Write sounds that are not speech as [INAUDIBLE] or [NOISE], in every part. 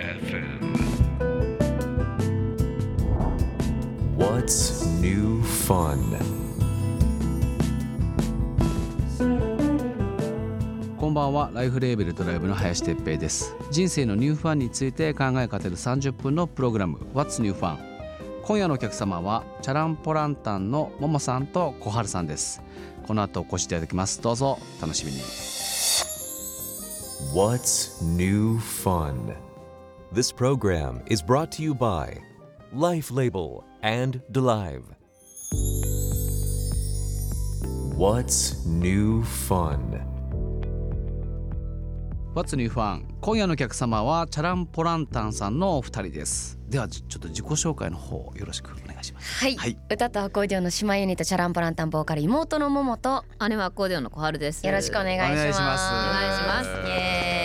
FM. What's new fun? こんばんはライフレーベルドライブの林哲平です人生のニューファンについて考え方る30分のプログラム What's New Fun 今夜のお客様はチャランポランタンのももさんと小春さんですこの後お越しいただきますどうぞ楽しみに What's new fun? This program is brought to you by Life Label and Delive. What's new fun? What's New Fun 今夜のお客様はチャランポランタンさんのお二人ですではちょちょっと自己紹介の方よろしくお願いしますはい、はい歌とアコーディオンの姉妹ユニットチャランポランタンボーカル妹の桃と姉はアコーディオンの小春です。よろしくお願いします。お願いしますお願いしますイエーイ。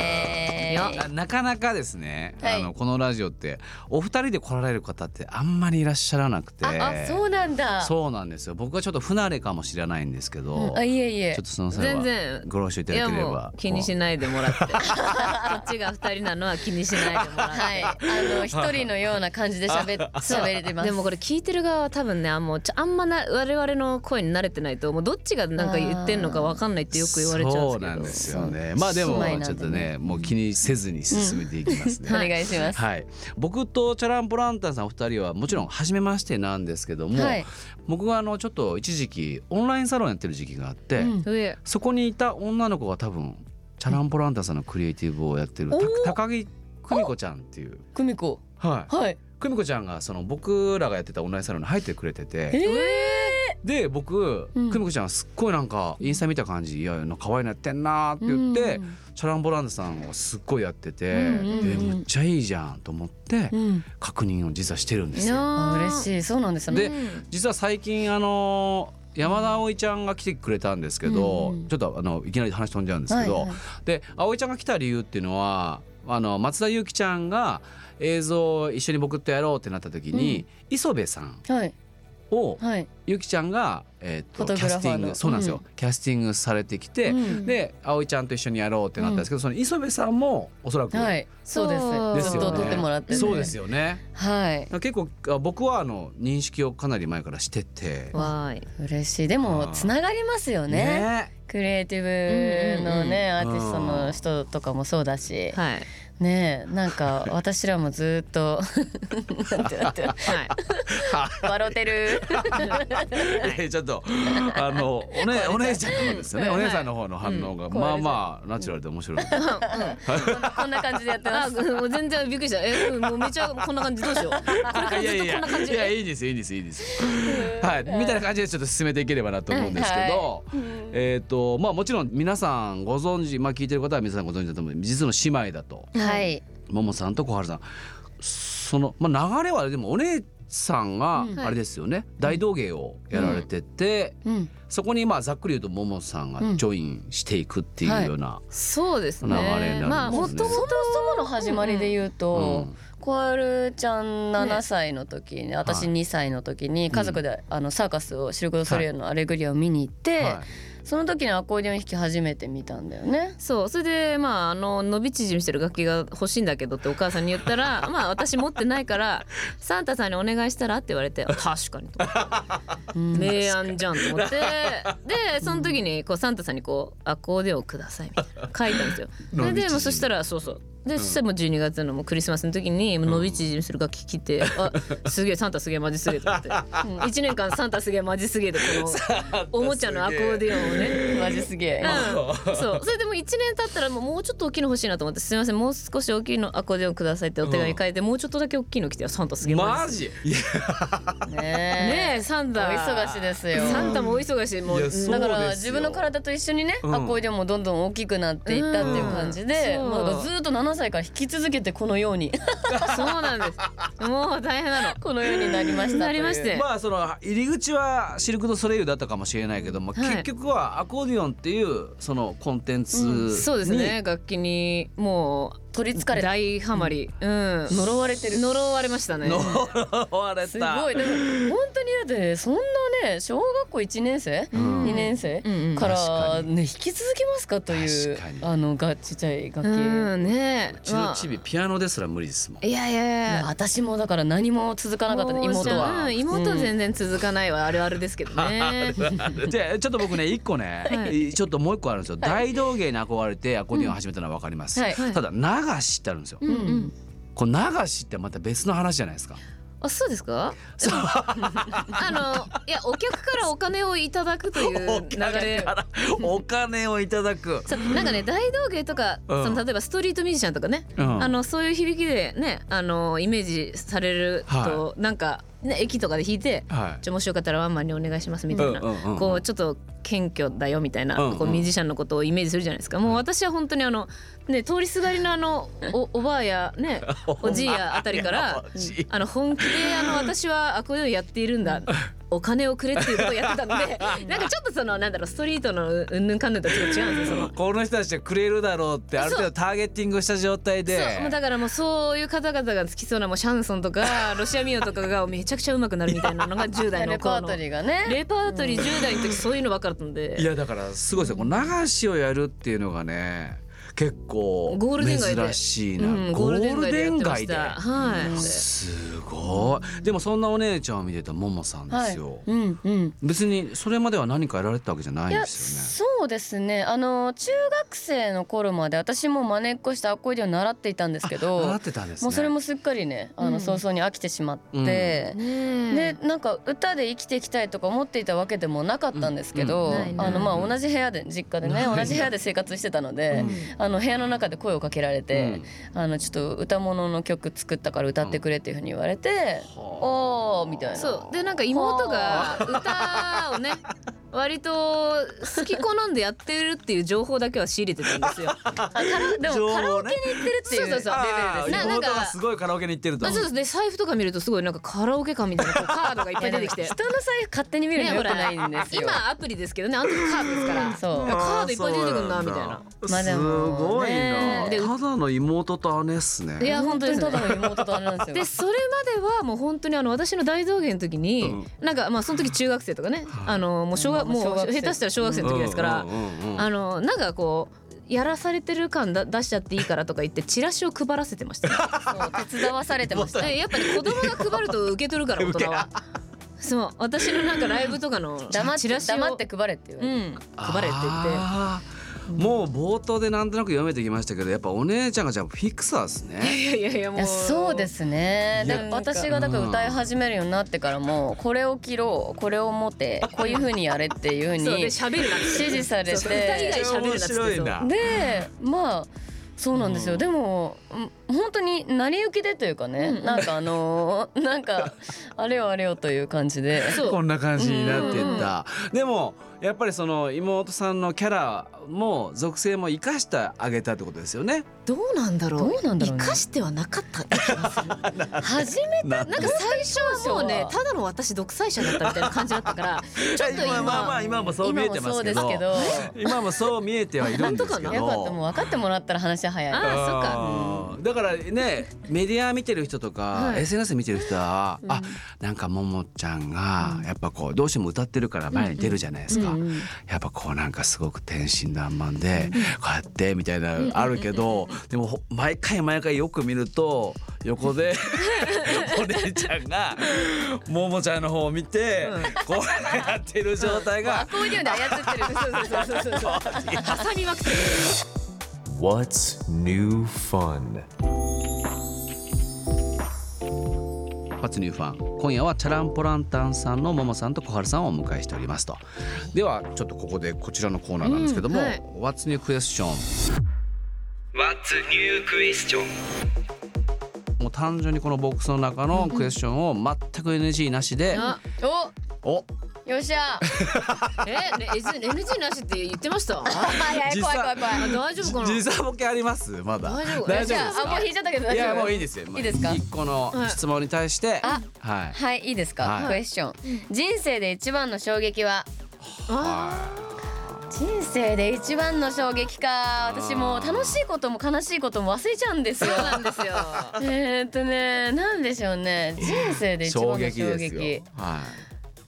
ななかなかですね、はいあのこのラジオってお二人で来られる方ってあんまりいらっしゃらなくてあ、あ、そうなんだ。そうなんですよ僕はちょっと不慣れかもしれないんですけど、ちあ、ょいえいえっと。その際は全然。ご了承いたいだやけれもばう気にしいないでもらって。こっちが二人なのは気にしないでもらって。はい、あの一人のような感じで喋っ喋れてます。でもこれ聞いてる側は多分ねあもうちょあんまな我々の声に慣れてないともうどっちがなんか言ってんのかわかんないってよく言われちゃそううんなんでですすけど。よねそうまあでも姉妹なちょっんでねとねもう気にせずに進めていきますね、お願いします。はい、僕とチャランポランタンさんお二人はもちろん初めましてなんですけども、はい。僕があのちょっと一時期オンラインサロンやってる時期があって、うん上そこにいた女の子が多分チャランポランタンさんのクリエイティブをやってるたおー高木久美子ちゃんっていう、久美子。はい、はい。久美子ちゃんがその僕らがやってたオンラインサロンに入ってくれてえてえで僕、うん久美子ちゃんすっごいなんかインスタ見た感じいやなんか可愛いのやってんなーってー。言って、うんチャランボランドさんをすっごいやってて、うんうんうんでめっちゃいいじゃんと思ってうん。確認を実はしてるんですよ。ああ嬉いしい。そうなんですよでね。実は最近あのー山田葵ちゃんが来てくれたんですけど、うんうんちょっとあのいきなり話飛んじゃうんですはけいど、はいで葵ちゃんが来た理由っていうのはあの松田優希ちゃんが映像を一緒に僕とやろうってなった時に、磯部さんはいをはい。ゆきちゃんが、えー、とフォトキグャラフスァーのティングそうなんですよ、うキャスティングされてきて、うんで葵ちゃんと一緒にやろうってなったんですけど、その磯部さんもおそらく、はい。そうそうです。ずっとね撮ってもらって。そうです。よねはい。結構あ僕はあの認識をかなり前からしててわーい。嬉しい。であもーつながりますよね。クリエイティブのね、うんうんアーティストの人とかもそうだし、はいねえなんか私らもずっと [LAUGHS] なんてな [LAUGHS] んてはい。笑ってるえーちょっとあのお,、ね、お姉ちゃんの方ですよね、うんお姉さんの方の反応が、うんまあまあナチュラルで面白い、こんな感じでやってまあす。もう全然びっくりした。えもうめちゃこんな感じどうしよう。これからずっとこんな感いじやいやいやいやいいんですよいいんですよいいんですよはいみたいな感じでちょっと進めていければなと思うんですけど、えっ、とまあもちろん皆さんご存知まあ聞いてる方は皆さんご存知だと思う実の姉妹だとはい。ももさんと小春さんその、まあ、流れはでもお姉さんがうんあれですよね、大道芸をやられてて、うん。そこにまあざっくり言うとももさんがジョインしていくっていうような、そうです流ね。れになるんですねまあももととももととそもの始まりで言うと、うん小春ちゃん7歳の時に、私はい2歳の時に家族で、あのサーカスをシルク・ドゥソレイユの「アレグリア」を見に行って、はその時にアコーディオン弾き始めてみたんだよね。そうそれでまああの伸び縮みしてる楽器が欲しいんだけどってお母さんに言ったらまあ私持ってないからサンタさんにお願いしたらって言われてあ確かにとうん明暗じゃんと思ってでその時にこうサンタさんにこうアコーディオンをくださいみたいな [LAUGHS] 書いたんですよ。それ伸び縮でみもうそしたらそうそうでそしたらもう12月のもうクリスマスの時にもう伸び縮みする楽器来 [LAUGHS] て、あすげえサンタすげえマジすげえと思って、1年間サンタすげえマジすげえとこのおもちゃのアコーディオンをねマジすげえ。うん、そうそれでも1年経ったらもうもうちょっと大きいの欲しいなと思って「すみませんもう少し大きいのアコーディオンください」ってお手紙書いて、もうちょっとだけ大きいの来てよサンタすげえマジジねねえサンおタ忙しいですよ。サンタもお忙しいもいうやそうだかですらよ自分の体と一緒にね、うんアコーディオンもどんどん大きくなっていったっていう感じで、うんまあだからずっと7歳から引き続けてこのように [LAUGHS] そうなんですもう大変なのこのようになりましたというなりましてまあその入り口はシルク・ドゥ・ソレイユだったかもしれないけども、はい結局はアコーディオンっていうそのコンテンツに、そうですね楽器にもう取りつかれた大ハマり、うん、呪われてる呪われました [LAUGHS] ね呪われたすごいでも本当にだってそんなね小学校1年生、ん2年生うんうんから、確かね、引き続きますかという確かにあのがちっちゃい楽器、うんねうちのチビピアノですら無理ですもんまあいやいいやいやや私もだから何も続かなかったねもうじ妹ゃあはうん妹全然続かないはあるあるですけど [LAUGHS] ねでちょっと僕ね一個ね、はいちょっともう一個あるんですよ、大道芸に憧れてアコーディオンを始めたのは分かります、はいただ流しってあるんですよ、うんうんこの流しってまた別の話じゃないですかあそうですかあのいやお客からお金をいただくという流れらお金をいただく、そうなんかね大道芸とか、うんその例えばストリートミュージシャンとかね、うんあのそういう響きでねあのイメージされると、なんか、ね、駅とかで弾いては「いじゃあもしよかったらワンマンにお願いします」みたいな、うんうんうんうんこうちょっと謙虚だよみたいな、うんうんこうミュージシャンのことをイメージするじゃないですかもう私は本当にあの、ね、通りすがりのあのおおばあやねおじいやあたりからおじいあの本気であの私はアコーディオンやっているんだ。お金をくれっていうことをやってたのでなんかちょっとそのなんだろうストリートのうんぬんかんぬんと違うんですよその [LAUGHS] この人たちはくれるだろうってある程度ターゲティングした状態でそうもうだからもうそういう方々が好きそうなもうシャンソンとかロシア民謡とかがめちゃくちゃ上手くなるみたいなのが10代のレパ [LAUGHS] 頃ーのトリーがねレパートリー10代の時そういうの分かったんでいやだからすごいですよこの流しをやるっていうのがね結構ゴールデン街で珍しいな、うんゴールデン街でやってましたはい、すごいでもそんなお姉ちゃんを見てたももさんではすいよ、うんうん別にそれまでは何かやられてたわけじゃないいんでやすそうですねあの中学生の頃まで私もまねっこしてアコーディオン習っていたんですけよね習どってたんですねもうそれもすっかりねあうんの早々に飽きてしまって、でねえなんか歌で生きていきたいとか思っていたわけでもなかったんですけうんど、うんないないあのまあ同じ部屋で実家でねないな同じ部屋で生活してたので、うんあの部屋の中で声をかけられうんて、あのちょっと歌物の曲作ったから歌ってくれっていうふうに言われて、おーみたいなそうでなんか妹が歌をね割と好き好んでやってるっていう情報だけは仕入れてたん [LAUGHS] ですよ。あカラでもカラオケに行ってるっていうレベル情報ねですねあーななんか妹がすごいカラオケに行ってるとまあ、そうですね財布とか見るとすごいなんかカラオケ感みたいなこうカードがいっぱい [LAUGHS] 出てきて人の財布勝手に見るのねよほくらないんですよ。今アプリですけどねあの時カードですからそうカードいっぱい出てくるなみたいなそうまあでもすごいなねでただの妹と姉っすねいや本当に本た当ですだの妹とあれなんですよ。でそれまではもう本当にあの私の大道芸の時に、なんかまあその時中学生とかねあのもう小学まあまあもう小下学手生したら小学生の時ですから、うんうんうんうんあのなんかこうやらされてる感だ出しちゃっていいからとか言ってチラシを配らせてましたね。そう手伝わされてました。でやっぱり子供が配ると受け取るから大人は。そう私のなんかライブとかの黙っチてラシを黙って配れって言わうれて。ん、配れって言って。あーもう冒頭でなんとなく読めてきましたけどやっぱお姉ちゃんがじゃあフィクサーですねいやいやいやいもうやそうですねいやだから私がだから歌い始めるようになってからもこれを着ろこれを持てこういう風にやれっていう風そうにで喋るな指指示されて歌以外喋るなっつってそうでまあそうなんですよ、うんでもうん本当に成り行きでというかね、うんなんかあの [LAUGHS] ーなんかあれよあれよという感じでそうこんな感じになってった、でもやっぱりその妹さんのキャラも属性も生かしてあげたってことですよねどうなんだろうどうなんだろうね生かしてはなかった気が [LAUGHS] する初めてなんなんか最初はもうねただの私独裁者だったみ [LAUGHS] たいな感じだったからちょっとまあま今あまあ今もそう見えてますけど今もそうですけ今もそう見えてはいるんですけど [LAUGHS] 本当かなどよかったもう分かってもらったら話早いあーそっかうんだからねメディア見てる人とか、はい SNS 見てる人は、あなんかももちゃんがやっぱこうどうしても歌ってるから前に出るじゃないですか、やっぱこうなんかすごく天真爛漫で、こうやってみたいなあるけど、でもほ毎回毎回よく見ると横で [LAUGHS] お姉ちゃんがももちゃんの方を見て、こうやってる状態が [LAUGHS] ア、コーディオンで操ってるそうそうそう挟みまくって [LAUGHS] What's new fun? 初入ファン今夜はチャランポランタンさんのももさんと小春さんをお迎えしておりますとではちょっとここでこちらのコーナーなんですけども、うんはい What's new question What's new question? もう単純にこのボックスの中のクエスチョンを全く NG なしで、あおよっしゃえ、ね、NG なしって言ってま [LAUGHS] したあ早い実怖際い怖い怖い大丈夫かな時差ボケありますまだ大丈夫大じ丈ゃ夫ああもう引でいちゃったけすどか大い丈夫やもういいですよまあいいですか一個の質問に対してあはいはいいいですか、はいクエスチョン人生で一番の衝撃はあ人生で一番の衝撃か私もう楽しいことも悲しいことも忘れちゃうんですよそうなんですよ。えーっとねなんでしょうね人生で一番衝の衝撃撃ですよ。は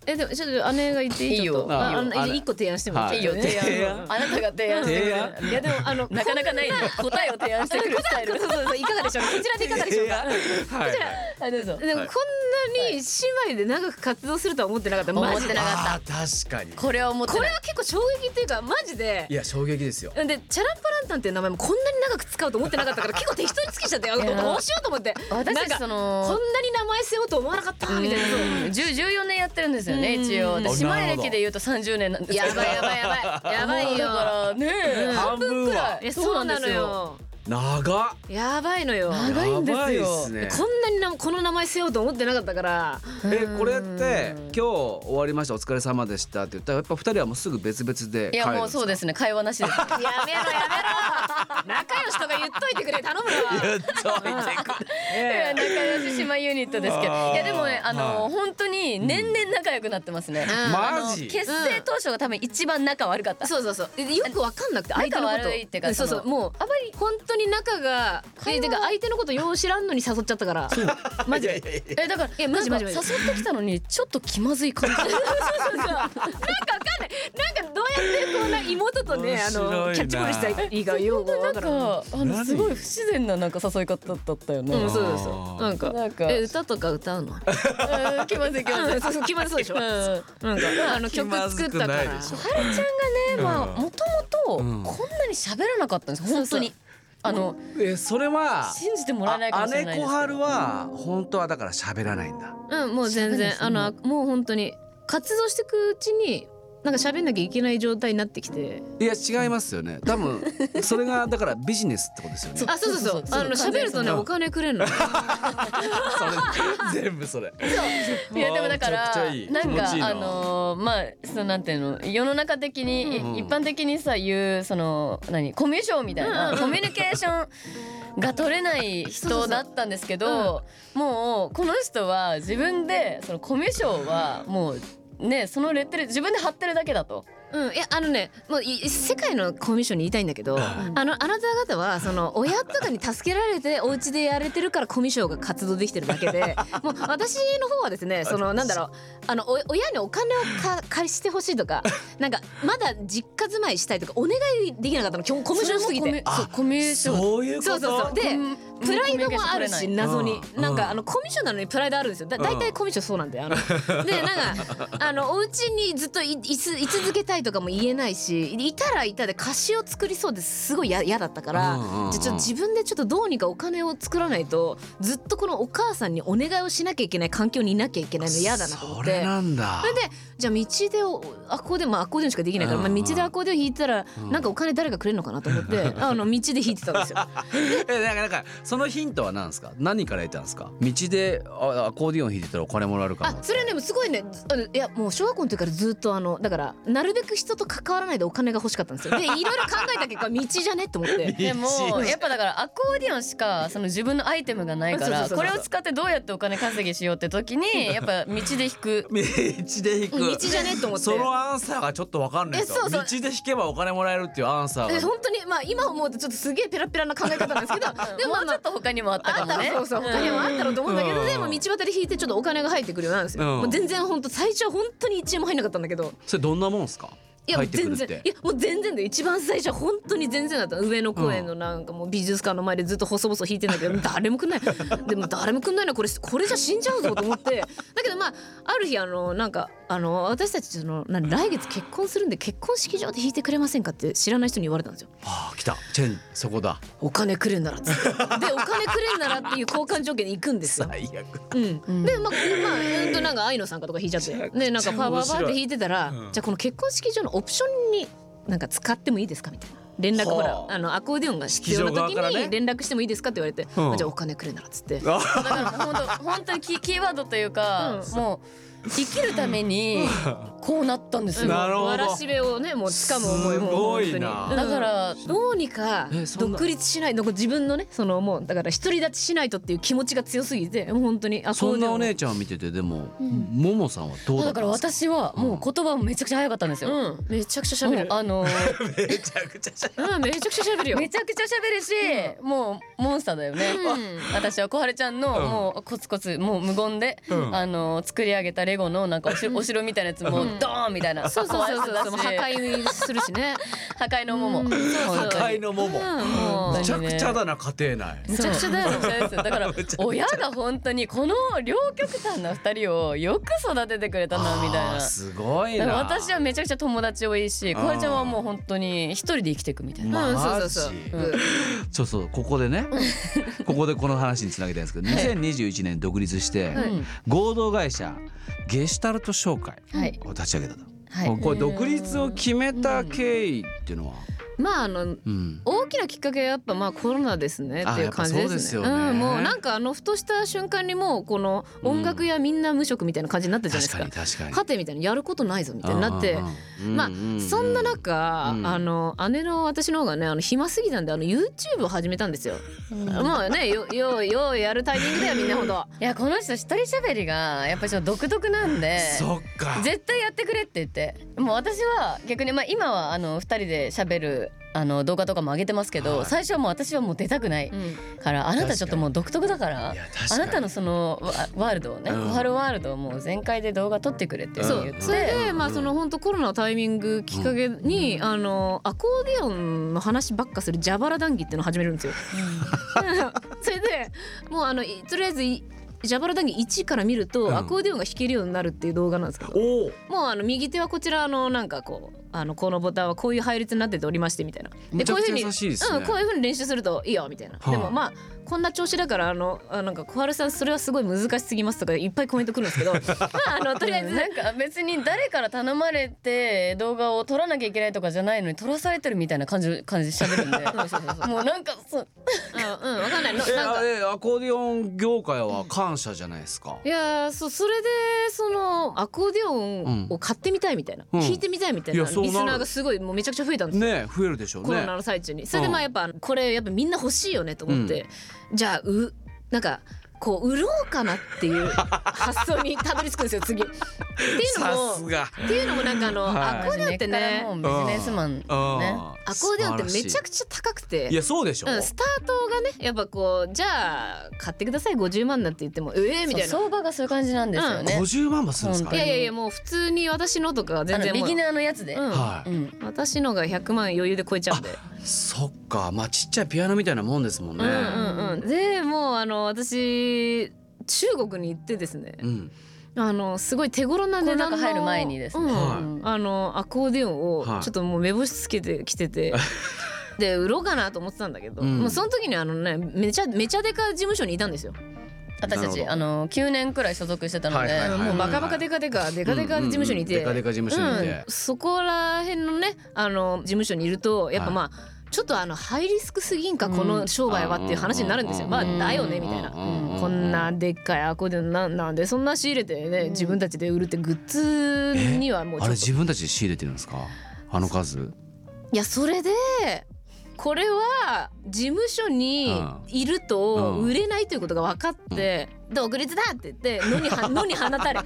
えでもちょっと姉が言っていいいいよちょっいといよああのあれ一個提案してもはいいいよね提案あなたが提案してくれ提案いやでもあ [LAUGHS] のなかなかないね答えを提案してくるスタイルそうそうそういかがでしょうかこちらでいかがでしょうかい。はい。あどうぞでもこんなに姉妹で長く活動するとは思ってなかった思マっジてでなかあー確かに。これを思ってこれないは結構衝撃っていうかマジでいや衝撃ですよ。でチャランポランタンっていう名前もこんなに長く使うと思ってなかっ [LAUGHS] たから結構適当につけちゃってあやどうしようと思って私なんたかちそこんのなに名前背負うと思わなかったみたいなうん10 14年やってるんですよねうん一応であなる姉ほど妹歴で言うと30年なんですやけどばいやばいやばいやばいだよからね半分くらはいえ [LAUGHS] そうなのそうよ長っ。やばいのよ長いんですよやばいっすね。こんなになこの名前背負うと思ってなかったからえこれって今日終わりましたお疲れ様でしたって言ったらやっぱ二人はもうすぐ別々でい帰るんですやか。もうそうですね会話なしですやめろやめろ [LAUGHS] 仲良しとか言っといてくれ頼むわ言っといてく仲れ。良し島ユニットですけどあーいやでもねあの、はい本当に年々仲良くなってますね、うんマジ。結成当初が多分一番仲悪かった、そうそうそうでよくわかんなくて相手のこと仲悪いってかうんそうそうそのもうあまり本当に仲がえてか相手のことよう知らんのに誘っちゃったからマジでえだからいやマジマジ誘マっジてきたのにちょっと気まずい感じなんかわかんないなんかどうやってこんな妹とねあの面白いなキャッチボールしたらいいかようなわんからんかあの何すごい不自然ななんか誘い方だったよね、うんうそうそうそうなんかなんかえ歌とか歌うのん気まずい気まずい、うんそうそう決まりそうでしょうん、はなんかあの曲作っ気まずくたからないでしょるちゃんがねまあもとうんもとこんなに喋らなかったんです本当にあのえそれは。信じてもらえないかもしれないですけ姉ど小春は本当はだから喋らないんだ。うんもう全喋んない然ですねあのもう本当に活動してくうちになんか喋んなきゃいけない状態になってきていや違いますよね。多分それがだからビジネスってことですよね。あそうそうそうそうあのそう喋るとねうんお金くれるのそれ全部それ。いやでもだかめちらゃくちゃいいなん気持かちいいなあのーまあそのなんていうの世の中的に、うんい一般的にさ言うその何コミュ障みたいな、コミュニケーションが取れない人だったんですけどもうこの人は自分でそのコミュ障はもうねそのレッテル自分で貼ってるだけだと。うんいやあのねもうい世界のコミュ障に言いたいんだけどあのあなた方はその親とかに助けられてお家でやれてるからコミュ障が活動できてるだけ [LAUGHS] でもう私の方はですねそのなんだろうあのお親にお金をか貸してほしいとかなんかまだ実家住まいしたいとかお願いできなかったの基本コミュ障すぎて。そうコミュ障そういうこと。そうそうそうでうんプライドもあるしうん謎にうんなんうんかあのコミュ障なのにプライドあるんですよだ大う体んコミュ障そうなんだよあ [LAUGHS] のでなんかあのお家にずっといいつい続けたいとかも言えないしいたらいたで貸しを作りそうですごいや嫌だったからうんうんうんじゃあちょっと自分でちょっとどうにかお金を作らないとずっとこのお母さんにお願いをしなきゃいけない環境にいなきゃいけないの嫌だなと思っそれて。なんだ。それでじゃあ道でおアコーディオンまあアコーディオンしかできないから、まあ、うんう道んでアコーディオン弾いてたらうんなんかお金誰がくれるのかなと思って [LAUGHS] あの道で弾いてたんですよ。えなんかなんかそのヒントは何ですか。何から得たんですか。道であアコーディオン弾いてたらお金もらえるかあも。それはねもうすごいねずあのいやもう小学校の時からずっとあのだからなるべく人と関わらないでお金が欲しかったんですよでいろいろ考えた結果道じゃねって [LAUGHS] 思って。でもやっぱだからアコーディオンしかその自分のアイテムがないかそうらそうそうこそうれを使ってどうやってお金稼ぎしようって時にやっぱ道で弾く道で弾道く。じゃねって思ってそのアンサーがちょっとわかんないですよ。えそうそう道で弾けばお金もらえるっていうアンサえーが。本当にまあ今思うとちょっとすげえペラペラな考え方なんで [LAUGHS] すけどででももまうちょあまあっと他にもあったあかったもねそうそう他にもあったろうと思うんだけど、うんでも道端で引いてちょっとお金が入ってくるようになるんですよ、うんもう全然本当最初は本当に1円も入んなかったんだけどそれどんなもんですか。いやも入うってくる全っ然てい。やもう全然で一番最初は本当に全然だった上野公園のなんかもう美術館の前でずっと細々弾いてんだ [LAUGHS] けど誰もくんないでも誰もくんないなこれこれじゃ死んじゃうぞと思ってだけどまあある日あのなんかあの私たちそのな来月結婚するんで結婚式場で弾いてくれませんかって知らない人に言われたんですよああ来た。チェンそこだ。お金くれんならっつってでお金くれんならっていう交換条件に行くんですよ最悪。うん、でまあ、まあ、うんとなんか愛の参加とか弾いちゃってでなんかパワーパワーって弾いてたら、面白いうんじゃあこの結婚式場のオプションになんか使ってもいいですかみたいな連絡はあほらあのアコーディオンが必要な時式場側からねに連絡してもいいですかって言われて、うんあじゃあお金くれならっつって、だから本当本当にキーキーワードというか、うんもう生きるためにこうなったんですよ。なるほどわらしべをねもう掴む思いもすごいな本当にだからうんどうにかえそんな独立しないの自分のねそのもうだから独り立ちしないとっていう気持ちが強すぎてもう本当にあそんなお姉ちちゃんを見ててでも、ももさんはどうだだったかんでらすか私はもう言葉もめちゃくちゃ早かったんですよ。うんめちゃくちゃも喋うるあのー [LAUGHS] めちゃくちゃうんめちゃくちゃ喋るよめちゃくちゃ喋るし、もうモンスターだよね、うん私は小春ちゃんの、うんもうコツコツもう無言で、んあの作り上げたレゴのなんかおしお城みたいなやつもうんドーンみたいな、そうそうそうそう壊破し壊するしね [LAUGHS] 破壊の桃、うんもそう破そう壊のももうんもうめちゃくちゃだな家庭内めちゃくちゃだ [LAUGHS] よですだから親が本当にこの両極端な二人をよく育ててくれたなみたいあーな。すごいだかなら私はめちゃくちゃ友達多いし小春ちゃんはもう本当に一人で生きていくみたいな。うんそうマそうジそうそうそうここでねここでこの話につなげたいんですけど2021年独立してはい合同会社ゲシュタルト商会はいを立ち上げたと、はいこれ独立を決めた経緯っていうのは、まああのうん、大きなきっかけはやっぱまあコロナですねっていう感じですね。あやっぱそうですよねん、もうなんかあのふとした瞬間にもうこの音楽やみんな無職みたいな感じになったじゃない確ですかか。に確かにはてみたいなやることないぞみたいになって。まあそんな中、うんあの姉の私の方がねあの暇すぎたんであの YouTube を始めたんですよ。もうねよよよやるタイミングだよみんなほど。いやこの人一人喋りがやっぱりちょっと独特なんでそっか絶対やってくれって言ってもう私は逆にまあ今はあの2人で喋るあの動画とかも上げてますけど、はい最初はもう私はもう出たくないうんからあなたちょっともう独特だからいや確かあになたのそのワワールドをね、うん小春ワールドをもう全開で動画撮ってくれって言ってそうんうそれでまあその本当コロナのタイミングきっかけにあのアコーディオンの話ばっかする蛇腹談義っていうのを始める [LAUGHS] んですよ。それでもうあのいとりあえずい蛇腹談義1から見るうんとアコーディオンが弾けるようになるっていう動画なんですけど、おおもうあの右手はこちらのなんかこうあのこのボタンはこういう配列になってておりましてみたいな。めちゃこうくいうちゃふうに優しいですね、うん、こういう風に練習するといいよみたいな、はいでもまあこんな調子だからあのあなんか小春さんそれはすごい難しすぎますとかいっぱいコメントくる [LAUGHS] んですけどまああのとりあえずなんか別に誰から頼まれて動画を撮らなきゃいけないとかじゃないのに撮らされてるみたいな感じ感じで喋るんでもうなんかそううん、うん、わ [LAUGHS] かんないのえなんあかれアコーディオン業界は感謝じゃないですかい、やーそうそれでそのアコーディオンを買ってみたいみたいな、うん弾いてみたいみたいいなやリスそうなるナーがすごいもうめちゃくちゃ増えたんですよ、ね増えるでしょうコロねナの最中にそれでまあやっぱこれやっぱみんな欲しいよねと思って、じゃあうなんかこう売ろうかなっ [LAUGHS] ていう発想にたどり着くんですよ次。っていうのさもすがっていうのもなんかあの、はいアコーディオンってねもうビジネスマンねアコーディオンってめちゃくちちゃ高くていやそうでしょ、うん、スタートがねやっぱこうじゃあ買ってください50万なんて言ってもええみたいな。相場がそういう感じなんですよね、 50万もするんですかいねやいやいやもう普通に私のとかあ全の然ビもうギナーのやつで、うんはうい、ん、私のが100万余裕で超えちゃうんで。そっかまあちっちゃいピアノみたいなもんですもんね、うんうんうん、でもうあの私中国に行ってですね、うんあのすごい手頃な値段コロナの禍入る前にですねうんはいあのアコーディオンをはいちょっともう目星つけてき [LAUGHS] てて。で売ろうかなと思ってたんだけど、うんもうその時にあのねめちゃめちゃでか事務所にいたんですよ。私たなるちほどあの9年くらい所属してたので、はいはいもうバカバカでかでかでかでか事務所にいて、うんうんうんデカデカ事務所にいてうんそこら辺のねあの事務所にいるとやっぱまあ、ちょっとあのハイリスクすぎんかこの商売はっていう話になるんですよ、うんまあだよねみたいな、うんこんなでっかいアコーディオンななんでそんな仕入れてね、自分たちで売るってグッズにはもうちょあっれと自分たちで仕入れてるんですかあの数いやそれでこれは事務所にいるとうん売れないということが分かって「独立だ!」って言って野には野に放 [LAUGHS] たれ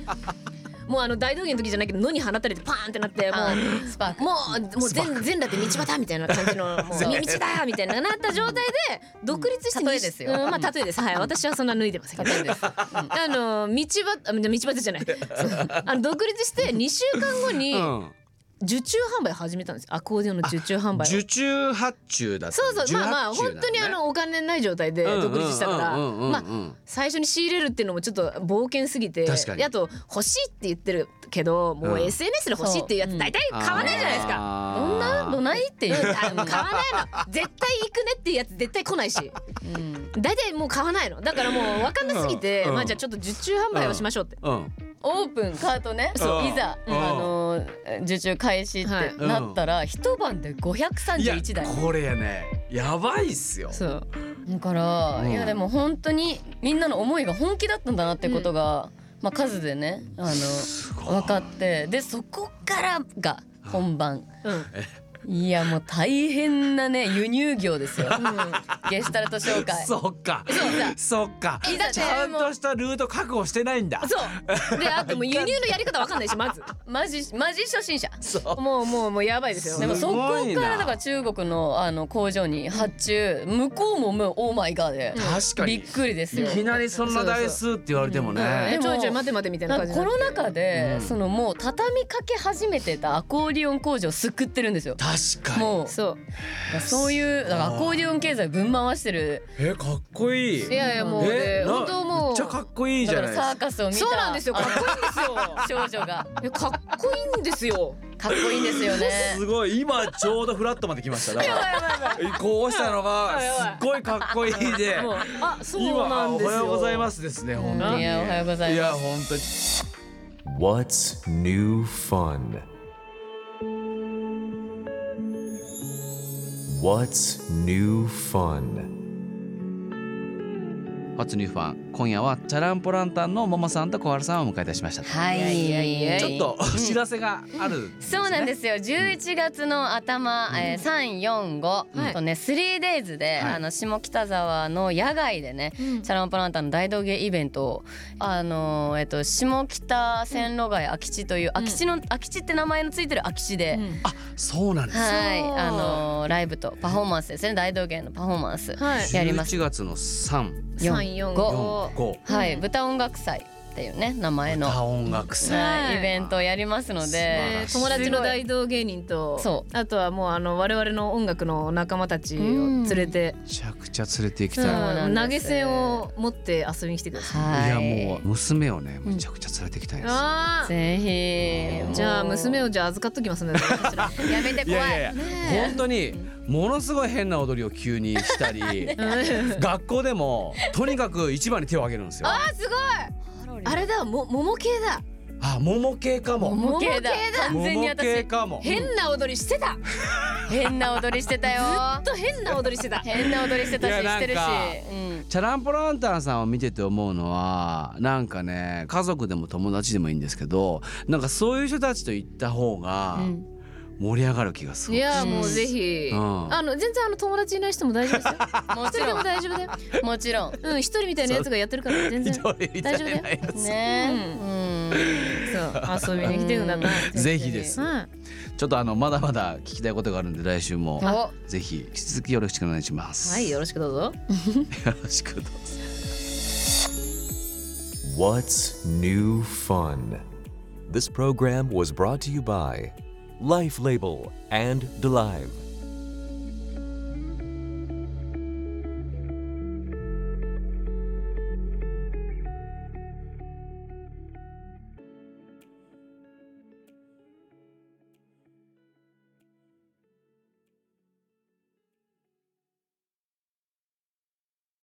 もうあの大道芸の時じゃないけど野に放たれてパーンってなってもあう。スパークもうもう全全裸で道端みた [LAUGHS] いな感じのもう道だみたいななった状態で独立して例えですようんまあ例えですはい私はそんな脱いでませんけど例えです、うんあの道端あ道端 [LAUGHS] じゃないあの独立して2週間後にうん受注販売始めたんですアコーディオンの受注販売を受注発注だったそうそうまあまあ受本発注だ当にあのお金ない状態でうんうんうん独立したからうんうんうんまあ最初に仕入れるっていうのもちょっと冒険すぎて確かにであと欲しいって言ってるけどもううん SNS で欲しいっていうやつ大体買わないじゃないですか。かどんなどないっていう、うんあもう買わないの絶対行くねっていうやつ絶対来ないしうん大体もう買わないのだからもう分かんなすぎて、うんまあじゃあちょっと受注販売をしましょうって、うんオープンカートねそういざ、うんあの受注開始ってはいなったら、一晩でいや531台これやねやばいっすよそうだから、うんいやでも本当にみんなの思いが本気だったんだなってことがまあ、数でねあの分かってでそこからが本番。うんいやもう大変なね輸入業ですよ、ゲシュタルト紹介そっかそうだそっかいざちゃん注文としたルート確保してないんだそうであともう輸入のやり方わかんないしまずマジマジ初心者もうもうもうやばいですよでもすそごいなこからだから中国のあの工場に発注向こうももうオーマイガーで確かびにっくりですいよきなりそんな台数って言われてもえね、ちょいちょい待て待てみたいなな感んじかになコってロナ禍で、うんそのもう畳みかけ始めてたアコーディオン工場を救ってるんですよ確かにもうそうそういうだからアコーディオン経済ぶん回してるえかっこいいいやいやもうえでな本当もめうっちゃかっこいいじだゃかないらですサかーカスを見たそうなんですよかっこいいんですよ少女がいやかっこいいんですよかっこいいんですよねすごい今ちょうどフラットまで来ましただからこうしたのがすっごいかっこいいでもうあそう今なあんおですよはようございますですね本当にいやおはようございますいや本当に What's new fun? What's new fun? What's New Fun 今夜はチャランポランタンのももさんと小春さんをお迎えいたしましたはいいやいやいやちょっとお知らせがあるそうなんですよ11月の頭、えー、345とね 3days で、はいあの下北沢の野外でね、うんチャランポランタンの大道芸イベントをあのーえっと下北線路街空き地という、空き地の空き地って名前のついてる空き地で、うんあそうなんですはいそうあのーライブとパフォーマンスですね大道芸のパフォーマンス、はいやります11月の3、四三四五五5はいうん豚音楽祭っていうね名前の、歌音楽祭はい、イベントをやりますのでえー友達の大道芸人とそあとはもうあの我々の音楽の仲間たちを連れて、めちゃくちゃ連れて行きうんそうたいなんです投げ銭を持って遊びに来てください。はいやいもう娘をねめちゃくちゃ連れて行きたいですあーぜひじゃあ娘ををじゃあ預かっときますね。私らやめてい怖いやいやいや本当にものすごい変な踊りを急にしたり学校でもとにかく一番に手を挙げるんですよあすごい [LAUGHS] あれだも桃系だあ桃系かも模型だ模型だ完全に桃系私かも変な踊りしてた変な踊りしてたよずっと変な踊りしてた変な踊りしてたしいやなんかしてるし、うん、チャランポランタンさんを見てて思うのはなんかね家族でも友達でもいいんですけどなんかそういう人たちと行った方が盛り上がる気がすいる、やもうぜひ、うんあの全然あの友達いない人も大丈夫ですよ [LAUGHS] も一ち人でろもん大丈夫だよもち [LAUGHS] ろんうん一人みたいなやつがやってるから全一然人みたいなやつ大丈夫だよねそう遊びに来てください [LAUGHS] ぜひですうんちょっとあのまだまだ聞きたいことがあるんで来週もおぜひ引き続きよろしくお願いします。はいよろしくどうぞよろしくどうぞ What's new fun? This program was brought to you by Life Label and DeLive.